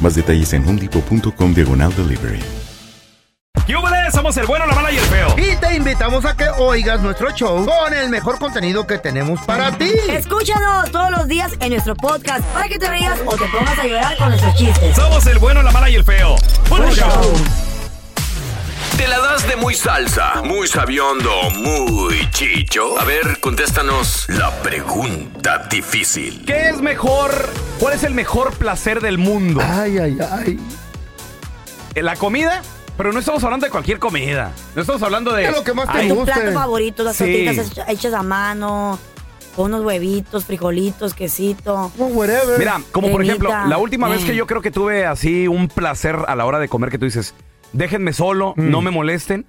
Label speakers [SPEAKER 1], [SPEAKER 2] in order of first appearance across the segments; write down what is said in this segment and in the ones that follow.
[SPEAKER 1] Más detalles en homedepot.com diagonal delivery.
[SPEAKER 2] ¡Yúbales! Somos el bueno, la mala y el feo.
[SPEAKER 3] Y te invitamos a que oigas nuestro show con el mejor contenido que tenemos para ti.
[SPEAKER 4] Escúchanos todos los días en nuestro podcast para que te rías o te pongas a llorar con nuestros chistes.
[SPEAKER 2] Somos el bueno, la mala y el feo. ¡Bueno show!
[SPEAKER 5] ¿Te la das de muy salsa, muy sabiondo, muy chicho? A ver, contéstanos la pregunta difícil.
[SPEAKER 2] ¿Qué es mejor? ¿Cuál es el mejor placer del mundo?
[SPEAKER 3] Ay, ay, ay.
[SPEAKER 2] ¿La comida? Pero no estamos hablando de cualquier comida. No estamos hablando de.
[SPEAKER 3] ¿Qué es lo que más te
[SPEAKER 2] Ay,
[SPEAKER 4] Tu
[SPEAKER 3] gusta?
[SPEAKER 4] plato favorito, las
[SPEAKER 2] Sí.
[SPEAKER 4] tortitas hech- hechas a mano, con unos huevitos, frijolitos, quesito.
[SPEAKER 3] Well, whatever.
[SPEAKER 2] Mira, como por
[SPEAKER 4] Cremita.
[SPEAKER 2] ejemplo, la última vez
[SPEAKER 4] Eh.
[SPEAKER 2] que yo creo que tuve así un placer a la hora de comer que tú dices, déjenme solo,
[SPEAKER 3] Mm.
[SPEAKER 2] no me molesten.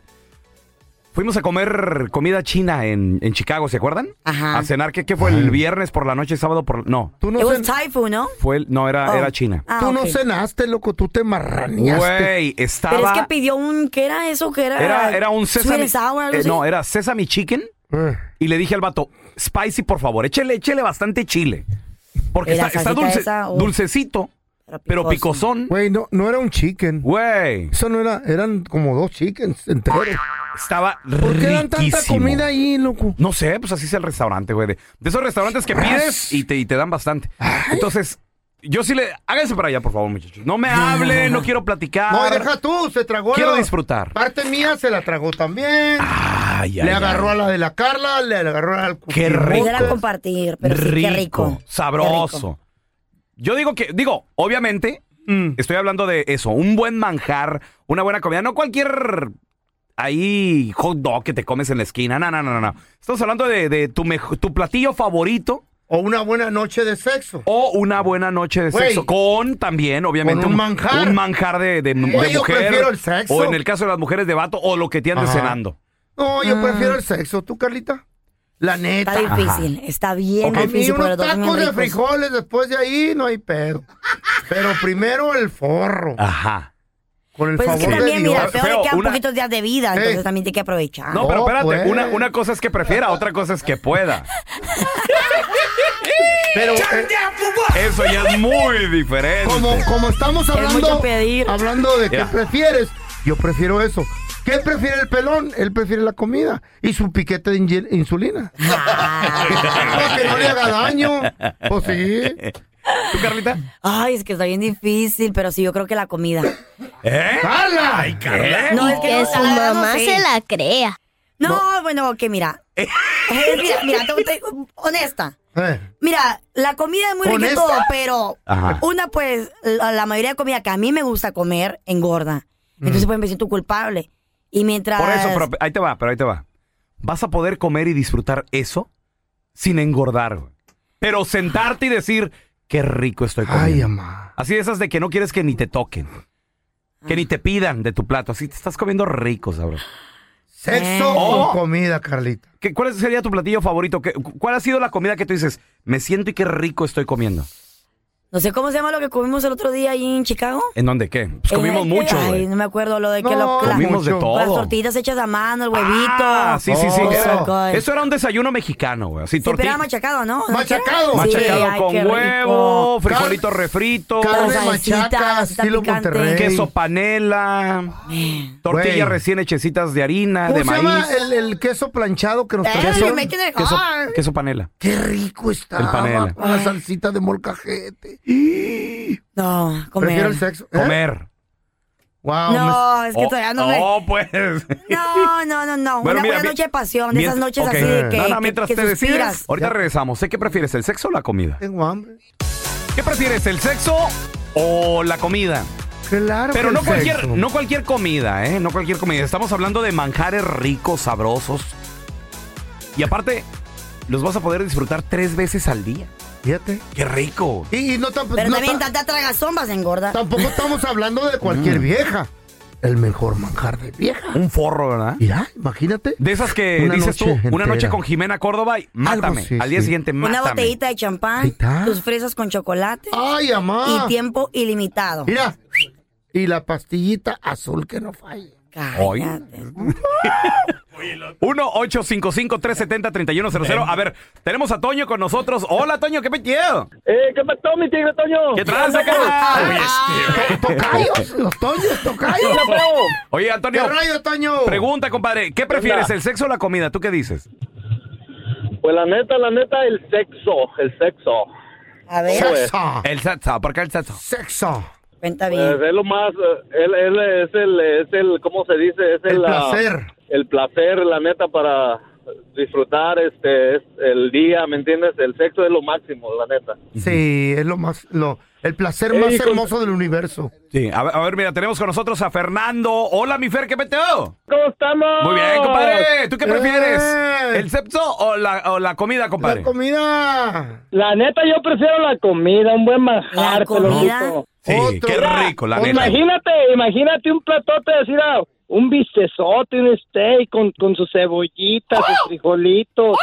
[SPEAKER 2] Fuimos a comer comida china en, en Chicago, ¿se acuerdan?
[SPEAKER 4] Ajá.
[SPEAKER 2] A cenar, ¿qué, qué fue?
[SPEAKER 3] Ah.
[SPEAKER 2] ¿El viernes por la noche, sábado por...? No,
[SPEAKER 3] tú no,
[SPEAKER 4] It was
[SPEAKER 3] cen-
[SPEAKER 4] typhoon, ¿no?
[SPEAKER 2] fue el... No, era,
[SPEAKER 4] Oh.
[SPEAKER 2] era China.
[SPEAKER 4] Ah,
[SPEAKER 3] tú no
[SPEAKER 4] ok.
[SPEAKER 3] cenaste, loco, tú te marraneaste.
[SPEAKER 2] Güey, estaba...
[SPEAKER 4] Pero es que pidió un... ¿Qué era eso? ¿Qué era?
[SPEAKER 2] era, era un
[SPEAKER 4] sweet
[SPEAKER 2] sesame...
[SPEAKER 4] and sour, algo
[SPEAKER 2] eh,
[SPEAKER 4] así.
[SPEAKER 2] no, era sesame chicken.
[SPEAKER 3] Eh.
[SPEAKER 2] Y le dije al vato, spicy, por favor, échele, échele bastante chile. Porque
[SPEAKER 4] Y la
[SPEAKER 2] está, está
[SPEAKER 4] salsita
[SPEAKER 2] dulce-
[SPEAKER 4] esa, oh.
[SPEAKER 2] dulcecito,
[SPEAKER 4] Pero
[SPEAKER 2] pero
[SPEAKER 4] picoso.
[SPEAKER 2] picosón.
[SPEAKER 3] Güey, no, no era un chicken.
[SPEAKER 2] Güey,
[SPEAKER 3] Eso no era, eran como dos chickens enteros.
[SPEAKER 2] estaba
[SPEAKER 3] ¿Por qué dan tanta
[SPEAKER 2] riquísimo.
[SPEAKER 3] comida ahí, loco?
[SPEAKER 2] No sé, pues así es el restaurante, güey. De, de esos restaurantes que pides y te, y te dan bastante. Entonces, yo sí le... Háganse para allá, por favor, muchachos. No me hablen, no quiero platicar.
[SPEAKER 3] No, y deja tú, se tragó.
[SPEAKER 2] Quiero
[SPEAKER 3] la-
[SPEAKER 2] disfrutar.
[SPEAKER 3] Parte mía se la tragó también.
[SPEAKER 2] Ay, ay,
[SPEAKER 3] le agarró
[SPEAKER 2] ay.
[SPEAKER 3] a la de la Carla, le agarró al
[SPEAKER 2] Qué rico.
[SPEAKER 4] Pudiera compartir, pero sí, qué rico.
[SPEAKER 2] Sabroso.
[SPEAKER 4] Qué rico.
[SPEAKER 2] Yo digo que, digo, obviamente,
[SPEAKER 3] "Mm,
[SPEAKER 2] estoy hablando de eso, un buen manjar, una buena comida, no cualquier ahí hot dog que te comes en la esquina, no, no, no, no, no. Estamos hablando de, de tu, mej- tu platillo favorito
[SPEAKER 3] O una buena noche de sexo.
[SPEAKER 2] o una buena noche de
[SPEAKER 3] Güey.
[SPEAKER 2] sexo con también, obviamente,
[SPEAKER 3] Con un manjar.
[SPEAKER 2] un manjar de, de- de
[SPEAKER 3] Güey, yo
[SPEAKER 2] mujer
[SPEAKER 3] prefiero el sexo.
[SPEAKER 2] o en el caso de las mujeres de vato o lo que te andes
[SPEAKER 3] Ajá.
[SPEAKER 2] cenando.
[SPEAKER 3] No, yo prefiero el sexo. ¿Tú, Carlita? La neta.
[SPEAKER 4] Ah. Está difícil, está bien
[SPEAKER 3] A mí
[SPEAKER 4] difícil, pero
[SPEAKER 3] unos
[SPEAKER 4] todos son bien
[SPEAKER 3] tacos de
[SPEAKER 4] ricos.
[SPEAKER 3] frijoles después de ahí no hay pedo. Pero primero el forro.
[SPEAKER 2] Ajá.
[SPEAKER 3] Con el
[SPEAKER 4] Pues es
[SPEAKER 3] favor
[SPEAKER 4] que
[SPEAKER 3] de
[SPEAKER 4] también,
[SPEAKER 3] Dios.
[SPEAKER 4] mira, peor
[SPEAKER 2] Feo,
[SPEAKER 4] le quedan
[SPEAKER 2] una-
[SPEAKER 4] poquitos días de vida, entonces
[SPEAKER 3] Eh.
[SPEAKER 4] también tiene que aprovechar.
[SPEAKER 2] No, pero
[SPEAKER 3] No,
[SPEAKER 2] espérate,
[SPEAKER 3] pues.
[SPEAKER 2] una, una cosa es que prefiera, otra cosa es que pueda.
[SPEAKER 3] Pero eh,
[SPEAKER 2] Eso ya es muy diferente.
[SPEAKER 3] como, como estamos hablando,
[SPEAKER 4] mucho pedir.
[SPEAKER 3] hablando de qué
[SPEAKER 2] Ya.
[SPEAKER 3] prefieres, yo prefiero eso. ¿Qué prefiere el pelón? Él prefiere la comida y su piquete de inye- insulina. Para que no le haga daño. Pues sí.
[SPEAKER 2] ¿Tú, Carlita?
[SPEAKER 4] Ay, es que está bien difícil, pero sí, yo creo que la comida.
[SPEAKER 2] ¿Eh?
[SPEAKER 3] ¡Hala! Ay,
[SPEAKER 2] Carla.
[SPEAKER 4] No, es que,
[SPEAKER 6] que
[SPEAKER 4] no,
[SPEAKER 6] su
[SPEAKER 4] la verdad no
[SPEAKER 6] mamá
[SPEAKER 4] sé.
[SPEAKER 6] se la crea.
[SPEAKER 4] No, bueno, que mira. Eh, mira, mira, te- te- honesta.
[SPEAKER 3] Eh,
[SPEAKER 4] Mira, la comida es muy rica y
[SPEAKER 3] ¿Honesta?
[SPEAKER 4] todo, pero
[SPEAKER 2] Ajá.
[SPEAKER 4] una, pues, la, la mayoría de comida que a mí me gusta comer engorda. Entonces, pues, me siento culpable. Y mientras...
[SPEAKER 2] Mm. Por eso, pero ahí te va, pero ahí te va. Vas a poder comer y disfrutar eso sin engordar, güey. Pero sentarte y decir, qué rico estoy
[SPEAKER 3] Ay,
[SPEAKER 2] comiendo.
[SPEAKER 3] mamá.
[SPEAKER 2] así de esas de que no quieres que ni te toquen. Que
[SPEAKER 4] Ah.
[SPEAKER 2] ni te pidan de tu plato. Así te estás comiendo rico, sabroso.
[SPEAKER 3] Sexo
[SPEAKER 2] Oh.
[SPEAKER 3] con comida, Carlita.
[SPEAKER 2] ¿Qué- ¿Cuál sería tu platillo favorito? ¿Qué- ¿Cuál ha sido la comida que tú dices, me siento y qué rico estoy comiendo?
[SPEAKER 4] No sé cómo se llama lo que comimos el otro día ahí en Chicago.
[SPEAKER 2] ¿En dónde qué? Pues comimos
[SPEAKER 4] Eh,
[SPEAKER 2] mucho,
[SPEAKER 4] Ay,
[SPEAKER 2] güey.
[SPEAKER 4] no me acuerdo lo de que lo-
[SPEAKER 3] No,
[SPEAKER 4] la-
[SPEAKER 2] Comimos de
[SPEAKER 4] Las
[SPEAKER 2] todo.
[SPEAKER 4] tortillitas hechas a mano, el huevito.
[SPEAKER 2] Ah, sí, sí, sí.
[SPEAKER 4] Oh,
[SPEAKER 2] Era-
[SPEAKER 4] so good.
[SPEAKER 2] eso era un desayuno mexicano, güey. Así
[SPEAKER 4] Sí, pero era
[SPEAKER 2] tortilla.
[SPEAKER 4] machacado, ¿no?
[SPEAKER 3] Machacado.
[SPEAKER 4] Sí,
[SPEAKER 2] Machacado
[SPEAKER 4] ay,
[SPEAKER 2] con
[SPEAKER 4] qué rico.
[SPEAKER 2] huevo, frijolito
[SPEAKER 3] Car-
[SPEAKER 2] refrito,
[SPEAKER 3] Carne
[SPEAKER 4] Salsita,
[SPEAKER 3] machaca,
[SPEAKER 4] salsita
[SPEAKER 3] estilo
[SPEAKER 4] picante.
[SPEAKER 3] Monterrey.
[SPEAKER 2] queso panela, tortillas
[SPEAKER 3] Güey.
[SPEAKER 2] recién hechecitas de harina,
[SPEAKER 3] ¿Cómo
[SPEAKER 2] de
[SPEAKER 3] se llama
[SPEAKER 2] maíz.
[SPEAKER 3] el, el queso planchado que nos
[SPEAKER 4] Ay,
[SPEAKER 3] trajeron?
[SPEAKER 4] me quedé-
[SPEAKER 2] Queso,
[SPEAKER 4] ay.
[SPEAKER 2] queso panela.
[SPEAKER 3] Qué rico está.
[SPEAKER 4] Ah,
[SPEAKER 2] El
[SPEAKER 4] ¿Eh?
[SPEAKER 2] panela.
[SPEAKER 3] Con la salsita de molcajete.
[SPEAKER 4] No,
[SPEAKER 3] Prefiero
[SPEAKER 4] comer.
[SPEAKER 3] el sexo. ¿Eh?
[SPEAKER 2] Comer.
[SPEAKER 3] Wow.
[SPEAKER 4] No, es que
[SPEAKER 2] Oh,
[SPEAKER 4] todavía no
[SPEAKER 2] oh,
[SPEAKER 4] me...
[SPEAKER 2] pues.
[SPEAKER 4] No, no, no, no.
[SPEAKER 2] Bueno,
[SPEAKER 4] una,
[SPEAKER 2] mira,
[SPEAKER 4] una
[SPEAKER 2] mi-
[SPEAKER 4] noche de pasión, de esas
[SPEAKER 2] Mient-
[SPEAKER 4] noches
[SPEAKER 2] ok.
[SPEAKER 4] así de que,
[SPEAKER 2] No, no,
[SPEAKER 4] que-
[SPEAKER 2] mientras
[SPEAKER 4] que
[SPEAKER 2] te decides.
[SPEAKER 4] suspiras.
[SPEAKER 2] Ahorita regresamos. Sé que prefieres el sexo o la comida.
[SPEAKER 3] Tengo hambre.
[SPEAKER 2] ¿Qué prefieres, el sexo o la comida?
[SPEAKER 3] Claro.
[SPEAKER 2] Pero
[SPEAKER 3] que
[SPEAKER 2] no
[SPEAKER 3] el
[SPEAKER 2] cualquier,
[SPEAKER 3] sexo.
[SPEAKER 2] no cualquier comida, ¿eh? No cualquier comida. Estamos hablando de manjares ricos, sabrosos. Y aparte, los vas a poder disfrutar tres veces al día.
[SPEAKER 3] Fíjate.
[SPEAKER 2] ¡Qué rico!
[SPEAKER 3] Y, y no, tan-
[SPEAKER 4] Pero
[SPEAKER 3] no
[SPEAKER 4] también
[SPEAKER 3] ta-
[SPEAKER 4] tanta tragazombas engorda.
[SPEAKER 3] tampoco estamos hablando de cualquier
[SPEAKER 2] Mm.
[SPEAKER 3] vieja. El mejor manjar de vieja.
[SPEAKER 2] Un forro, ¿verdad?
[SPEAKER 3] Mira, imagínate.
[SPEAKER 2] De esas que
[SPEAKER 3] Una
[SPEAKER 2] dices tú,
[SPEAKER 3] noche
[SPEAKER 2] una noche
[SPEAKER 3] entera.
[SPEAKER 2] con Jimena Córdoba y mátame.
[SPEAKER 3] sí,
[SPEAKER 2] al día
[SPEAKER 3] sí.
[SPEAKER 2] siguiente, mátame.
[SPEAKER 4] Una botellita de
[SPEAKER 3] Ahí
[SPEAKER 4] champán,
[SPEAKER 3] está.
[SPEAKER 4] tus fresas con chocolate
[SPEAKER 3] Ay, amá.
[SPEAKER 2] Ah.
[SPEAKER 4] y tiempo ilimitado.
[SPEAKER 3] Mira. Y la pastillita azul que no falle.
[SPEAKER 4] Cállate.
[SPEAKER 2] 1-855-370-3100. A ver, tenemos a Toño con nosotros. Hola, Toño, ¿qué metido?
[SPEAKER 6] Eh, ¿qué pasó, mi tigre Toño?
[SPEAKER 2] ¿Qué tranza, carnal?
[SPEAKER 3] ¿Tocayos? ¿Los toños? ¿Tocayos?
[SPEAKER 2] Oye,
[SPEAKER 3] ¿Qué
[SPEAKER 2] Antonio,
[SPEAKER 3] rayo, Toño?
[SPEAKER 2] pregunta, compadre. ¿Qué prefieres, el sexo o la comida? ¿Tú qué dices?
[SPEAKER 6] Pues la neta, la neta, el sexo, el sexo.
[SPEAKER 4] A ver,
[SPEAKER 3] Sexo.
[SPEAKER 2] El salsa, ¿por qué el salsa?
[SPEAKER 3] Sexo.
[SPEAKER 4] cuenta
[SPEAKER 6] Pues,
[SPEAKER 4] bien.
[SPEAKER 6] es lo más, eh, él, él es el, es el, ¿cómo se dice? Es el,
[SPEAKER 3] El
[SPEAKER 6] ah,
[SPEAKER 3] placer.
[SPEAKER 6] el placer, la neta, para disfrutar este es el día, ¿me entiendes? El sexo es lo máximo, la neta.
[SPEAKER 3] Sí, es lo más, lo, el placer más
[SPEAKER 6] Ey, con-
[SPEAKER 3] hermoso del universo.
[SPEAKER 2] Sí, a ver, a ver, mira, tenemos con nosotros a Fernando. Hola, mi Fer, ¿qué peteo?
[SPEAKER 6] ¿Cómo estamos?
[SPEAKER 2] Muy bien, compadre. ¿Tú qué
[SPEAKER 3] Eh.
[SPEAKER 2] prefieres? ¿El sexo o la, o la comida, compadre?
[SPEAKER 3] La comida.
[SPEAKER 6] La neta, yo prefiero la comida, un buen manjar.
[SPEAKER 4] La comida.
[SPEAKER 6] pelonito.
[SPEAKER 2] sí,
[SPEAKER 3] Otro.
[SPEAKER 2] qué rico, la
[SPEAKER 6] Pues
[SPEAKER 2] neta.
[SPEAKER 6] Imagínate, imagínate un platote así, mira, un bistezote, un steak con, con su cebollita,
[SPEAKER 2] ¡Oh!
[SPEAKER 6] sus frijolitos,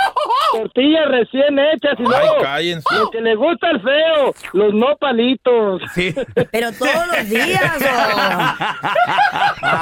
[SPEAKER 6] tortillas recién hechas y luego lo que le gusta al feo, los nopalitos.
[SPEAKER 2] Sí.
[SPEAKER 4] Pero todos los días. o-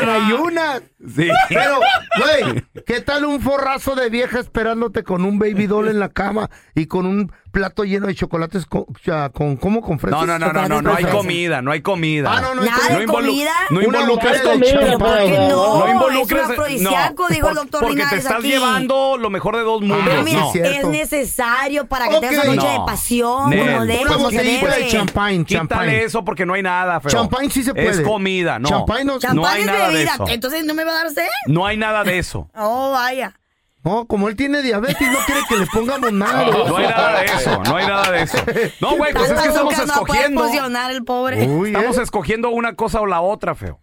[SPEAKER 3] En ayunas.
[SPEAKER 2] Sí.
[SPEAKER 3] Pero, güey, ¿qué tal un forrazo de vieja esperándote con un baby doll en la cama y con un plato lleno de chocolates con, ya, con ¿cómo? Con fresas.
[SPEAKER 2] No, no, no, no, no, no hay comida, no hay comida.
[SPEAKER 3] Ah, no, no, hay
[SPEAKER 4] Nada
[SPEAKER 3] comida.
[SPEAKER 4] de
[SPEAKER 2] involu-
[SPEAKER 4] comida.
[SPEAKER 2] no
[SPEAKER 3] Una
[SPEAKER 2] involucres
[SPEAKER 3] botella de
[SPEAKER 6] comida,
[SPEAKER 4] Pero ¿por
[SPEAKER 3] champán.
[SPEAKER 4] qué no?
[SPEAKER 2] No involucres.
[SPEAKER 4] Es un afrodisíaco,
[SPEAKER 2] no,
[SPEAKER 4] dijo el
[SPEAKER 2] por-
[SPEAKER 4] doctor
[SPEAKER 2] Porque te
[SPEAKER 4] Linares
[SPEAKER 2] estás
[SPEAKER 4] aquí.
[SPEAKER 2] llevando lo mejor de dos
[SPEAKER 4] Pero
[SPEAKER 2] mundos.
[SPEAKER 4] mira,
[SPEAKER 2] no.
[SPEAKER 3] sí,
[SPEAKER 4] es
[SPEAKER 3] cierto.
[SPEAKER 4] necesario para que
[SPEAKER 3] Ok.
[SPEAKER 4] tengas una noche
[SPEAKER 2] No.
[SPEAKER 4] de pasión,
[SPEAKER 2] Nel. pues,
[SPEAKER 4] como debe,
[SPEAKER 2] Una
[SPEAKER 3] Una
[SPEAKER 4] como se
[SPEAKER 3] botellita de
[SPEAKER 4] debe.
[SPEAKER 3] champán, champán.
[SPEAKER 2] Quítale eso porque no hay nada, feo.
[SPEAKER 3] Champán sí se puede.
[SPEAKER 2] Es comida, no.
[SPEAKER 3] Champán no-
[SPEAKER 4] Champán
[SPEAKER 2] no hay
[SPEAKER 4] es
[SPEAKER 2] nada de
[SPEAKER 4] bebida,
[SPEAKER 2] eso.
[SPEAKER 4] entonces no me va a dar sed.
[SPEAKER 2] No hay nada de eso.
[SPEAKER 4] Oh, vaya.
[SPEAKER 3] No, como él tiene diabetes, no quiere que le pongamos nada.
[SPEAKER 2] No hay nada de eso, no hay nada de eso. No, güey, pues es que
[SPEAKER 4] Tantas
[SPEAKER 2] estamos
[SPEAKER 4] bocas no puede
[SPEAKER 2] escogiendo.
[SPEAKER 4] funcionar el pobre.
[SPEAKER 3] Uy,
[SPEAKER 2] Estamos
[SPEAKER 3] eh.
[SPEAKER 2] escogiendo una cosa o la otra, feo.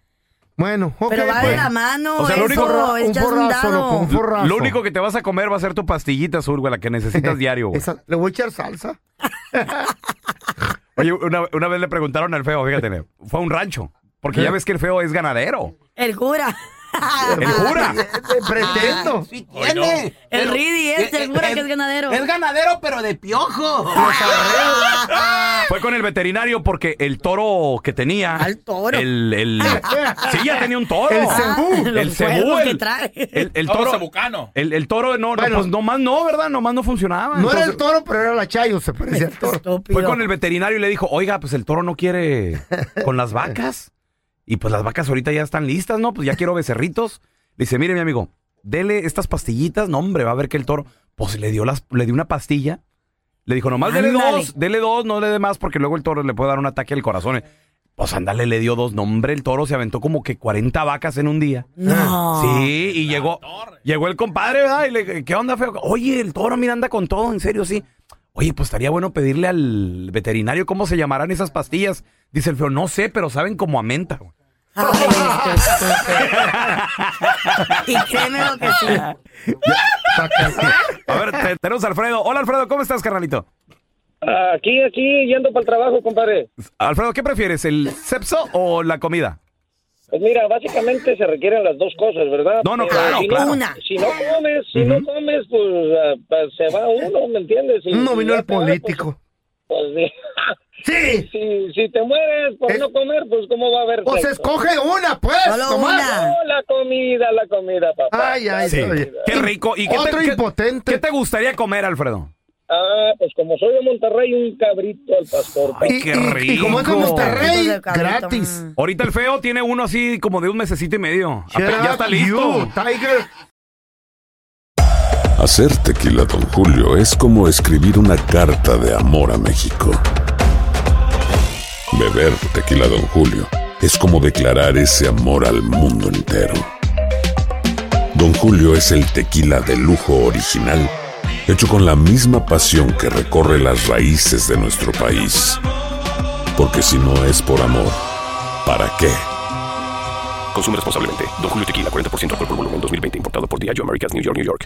[SPEAKER 3] Bueno, ok.
[SPEAKER 4] Pero va de
[SPEAKER 3] pues.
[SPEAKER 4] la mano,
[SPEAKER 2] O sea, lo único-
[SPEAKER 4] eso, es
[SPEAKER 3] un
[SPEAKER 4] ya es un
[SPEAKER 3] forrazo,
[SPEAKER 4] dado.
[SPEAKER 3] loco, un forrazo.
[SPEAKER 2] Lo único que te vas a comer va a ser tu pastillita sur, güey, la que necesitas diario, güey.
[SPEAKER 3] Esa- le voy a echar salsa.
[SPEAKER 2] Oye, una, una vez le preguntaron al feo, fíjate, le- fue a un rancho. Porque ya ves que el feo es ganadero.
[SPEAKER 4] El cura.
[SPEAKER 2] El cura.
[SPEAKER 3] Ah,
[SPEAKER 4] Ah,
[SPEAKER 3] Pretendo.
[SPEAKER 4] El
[SPEAKER 2] eh,
[SPEAKER 4] Ridi este, el cura que es ganadero.
[SPEAKER 2] Fue con el veterinario porque el toro que tenía.
[SPEAKER 4] Ah, el toro. Ah,
[SPEAKER 2] El, el- sí, ya tenía un toro.
[SPEAKER 3] El cebú.
[SPEAKER 4] los
[SPEAKER 2] El cebú.
[SPEAKER 4] cuernos que
[SPEAKER 2] El,
[SPEAKER 4] trae.
[SPEAKER 2] el- el toro. El, el toro, no,
[SPEAKER 3] Bueno.
[SPEAKER 2] no, pues nomás no, ¿verdad? Nomás no funcionaba.
[SPEAKER 3] No era
[SPEAKER 2] Entonces,
[SPEAKER 3] el toro, pero era la chayo, se parecía al toro.
[SPEAKER 4] Estúpido.
[SPEAKER 2] fue con el veterinario y le dijo, oiga, pues el toro no quiere con las vacas. Y pues las vacas ahorita ya están listas, ¿no? Pues ya quiero becerritos. Le dice, mire, mi amigo, dele estas pastillitas. No, hombre, va a ver que el toro, pues le dio, las, le dio una pastilla. Le dijo, nomás dele
[SPEAKER 4] Ándale.
[SPEAKER 2] dos, dele dos, no le dé más, porque luego el toro le puede dar un ataque al corazón. Pues ándale, le dio dos. No, hombre, el toro se aventó como que 40 vacas en un día.
[SPEAKER 4] No.
[SPEAKER 2] Ah, Sí, y llegó, llegó el compadre, ¿verdad? Y le ¿qué onda, feo? Oye, el toro, mira, anda con todo, en serio, sí. Oye, pues estaría bueno pedirle al veterinario cómo se llamarán esas pastillas. Dice el feo, no sé, pero saben como a menta. güey.
[SPEAKER 4] Ay, qué estúpido. y créeme lo que sí.
[SPEAKER 2] A ver, te- tenemos a Alfredo. Hola, Alfredo, ¿cómo estás, carnalito?
[SPEAKER 6] Aquí, aquí, yendo para el trabajo, compadre.
[SPEAKER 2] Alfredo, ¿qué prefieres, el sepso o la comida?
[SPEAKER 6] Pues mira, básicamente se requieren las dos cosas, ¿verdad?
[SPEAKER 2] No, no,
[SPEAKER 6] Pero
[SPEAKER 2] claro,
[SPEAKER 6] si
[SPEAKER 2] claro.
[SPEAKER 4] Una.
[SPEAKER 6] Si no comes, si no comes, pues ah, pa- se pues va uno, ¿me entiendes? Y-
[SPEAKER 3] No
[SPEAKER 6] y
[SPEAKER 3] vino
[SPEAKER 6] ya
[SPEAKER 3] el
[SPEAKER 6] te va,
[SPEAKER 3] político.
[SPEAKER 6] Pues sí. Sí. Si, si te mueres por no comer, pues ¿cómo va a haber
[SPEAKER 3] Pues escoge una, pues,
[SPEAKER 4] Solo
[SPEAKER 3] nomás.
[SPEAKER 4] una.
[SPEAKER 6] No, la comida, la comida, papá.
[SPEAKER 3] Ay, ay,
[SPEAKER 2] Sí.
[SPEAKER 3] está bien.
[SPEAKER 2] Qué rico. ¿Y qué te,
[SPEAKER 3] Otro
[SPEAKER 2] qué-
[SPEAKER 3] impotente.
[SPEAKER 2] qué te gustaría comer, Alfredo?
[SPEAKER 6] Ah, pues como soy de Monterrey, un cabrito al pastor. papá.
[SPEAKER 2] Ay, qué
[SPEAKER 3] y, y como es de
[SPEAKER 2] rico.
[SPEAKER 3] Monterrey,
[SPEAKER 4] Entonces, cabrito,
[SPEAKER 3] gratis.
[SPEAKER 4] mm.
[SPEAKER 2] Ahorita el feo tiene uno así como de un mesecito y medio. Ape-
[SPEAKER 3] Shut
[SPEAKER 2] Ya está
[SPEAKER 3] up,
[SPEAKER 2] listo.
[SPEAKER 3] you, Tiger.
[SPEAKER 7] Hacer tequila, Don Julio, es como escribir una carta de amor a México. Beber tequila, Don Julio, es como declarar ese amor al mundo entero. Don Julio es el tequila de lujo original, hecho con la misma pasión que recorre las raíces de nuestro país. Porque si no es por amor, ¿para qué?
[SPEAKER 8] Consume responsablemente. Don Julio Tequila, 40% alcohol por volumen, 2020. Importado por Diageo Americas, New York, New York.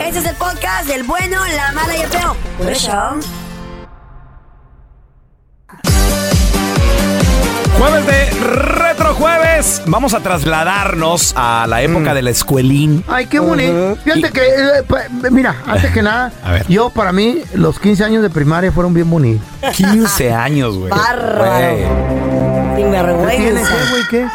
[SPEAKER 4] Ese es el podcast del bueno, la mala y el feo. Por eso.
[SPEAKER 2] Jueves de retrojueves. Vamos a trasladarnos a la
[SPEAKER 3] Mm.
[SPEAKER 2] época del escuelín.
[SPEAKER 3] Ay, qué bonito. Fíjate que, eh, pa- mira, antes que nada,
[SPEAKER 2] A ver.
[SPEAKER 3] yo para mí los 15 años de primaria fueron bien bonitos.
[SPEAKER 2] 15 años, güey.
[SPEAKER 4] Bárbaro.
[SPEAKER 2] Güey.
[SPEAKER 4] Sin
[SPEAKER 3] ¿Qué tienes,
[SPEAKER 4] vergüenza.
[SPEAKER 3] eh, güey? ¿Qué?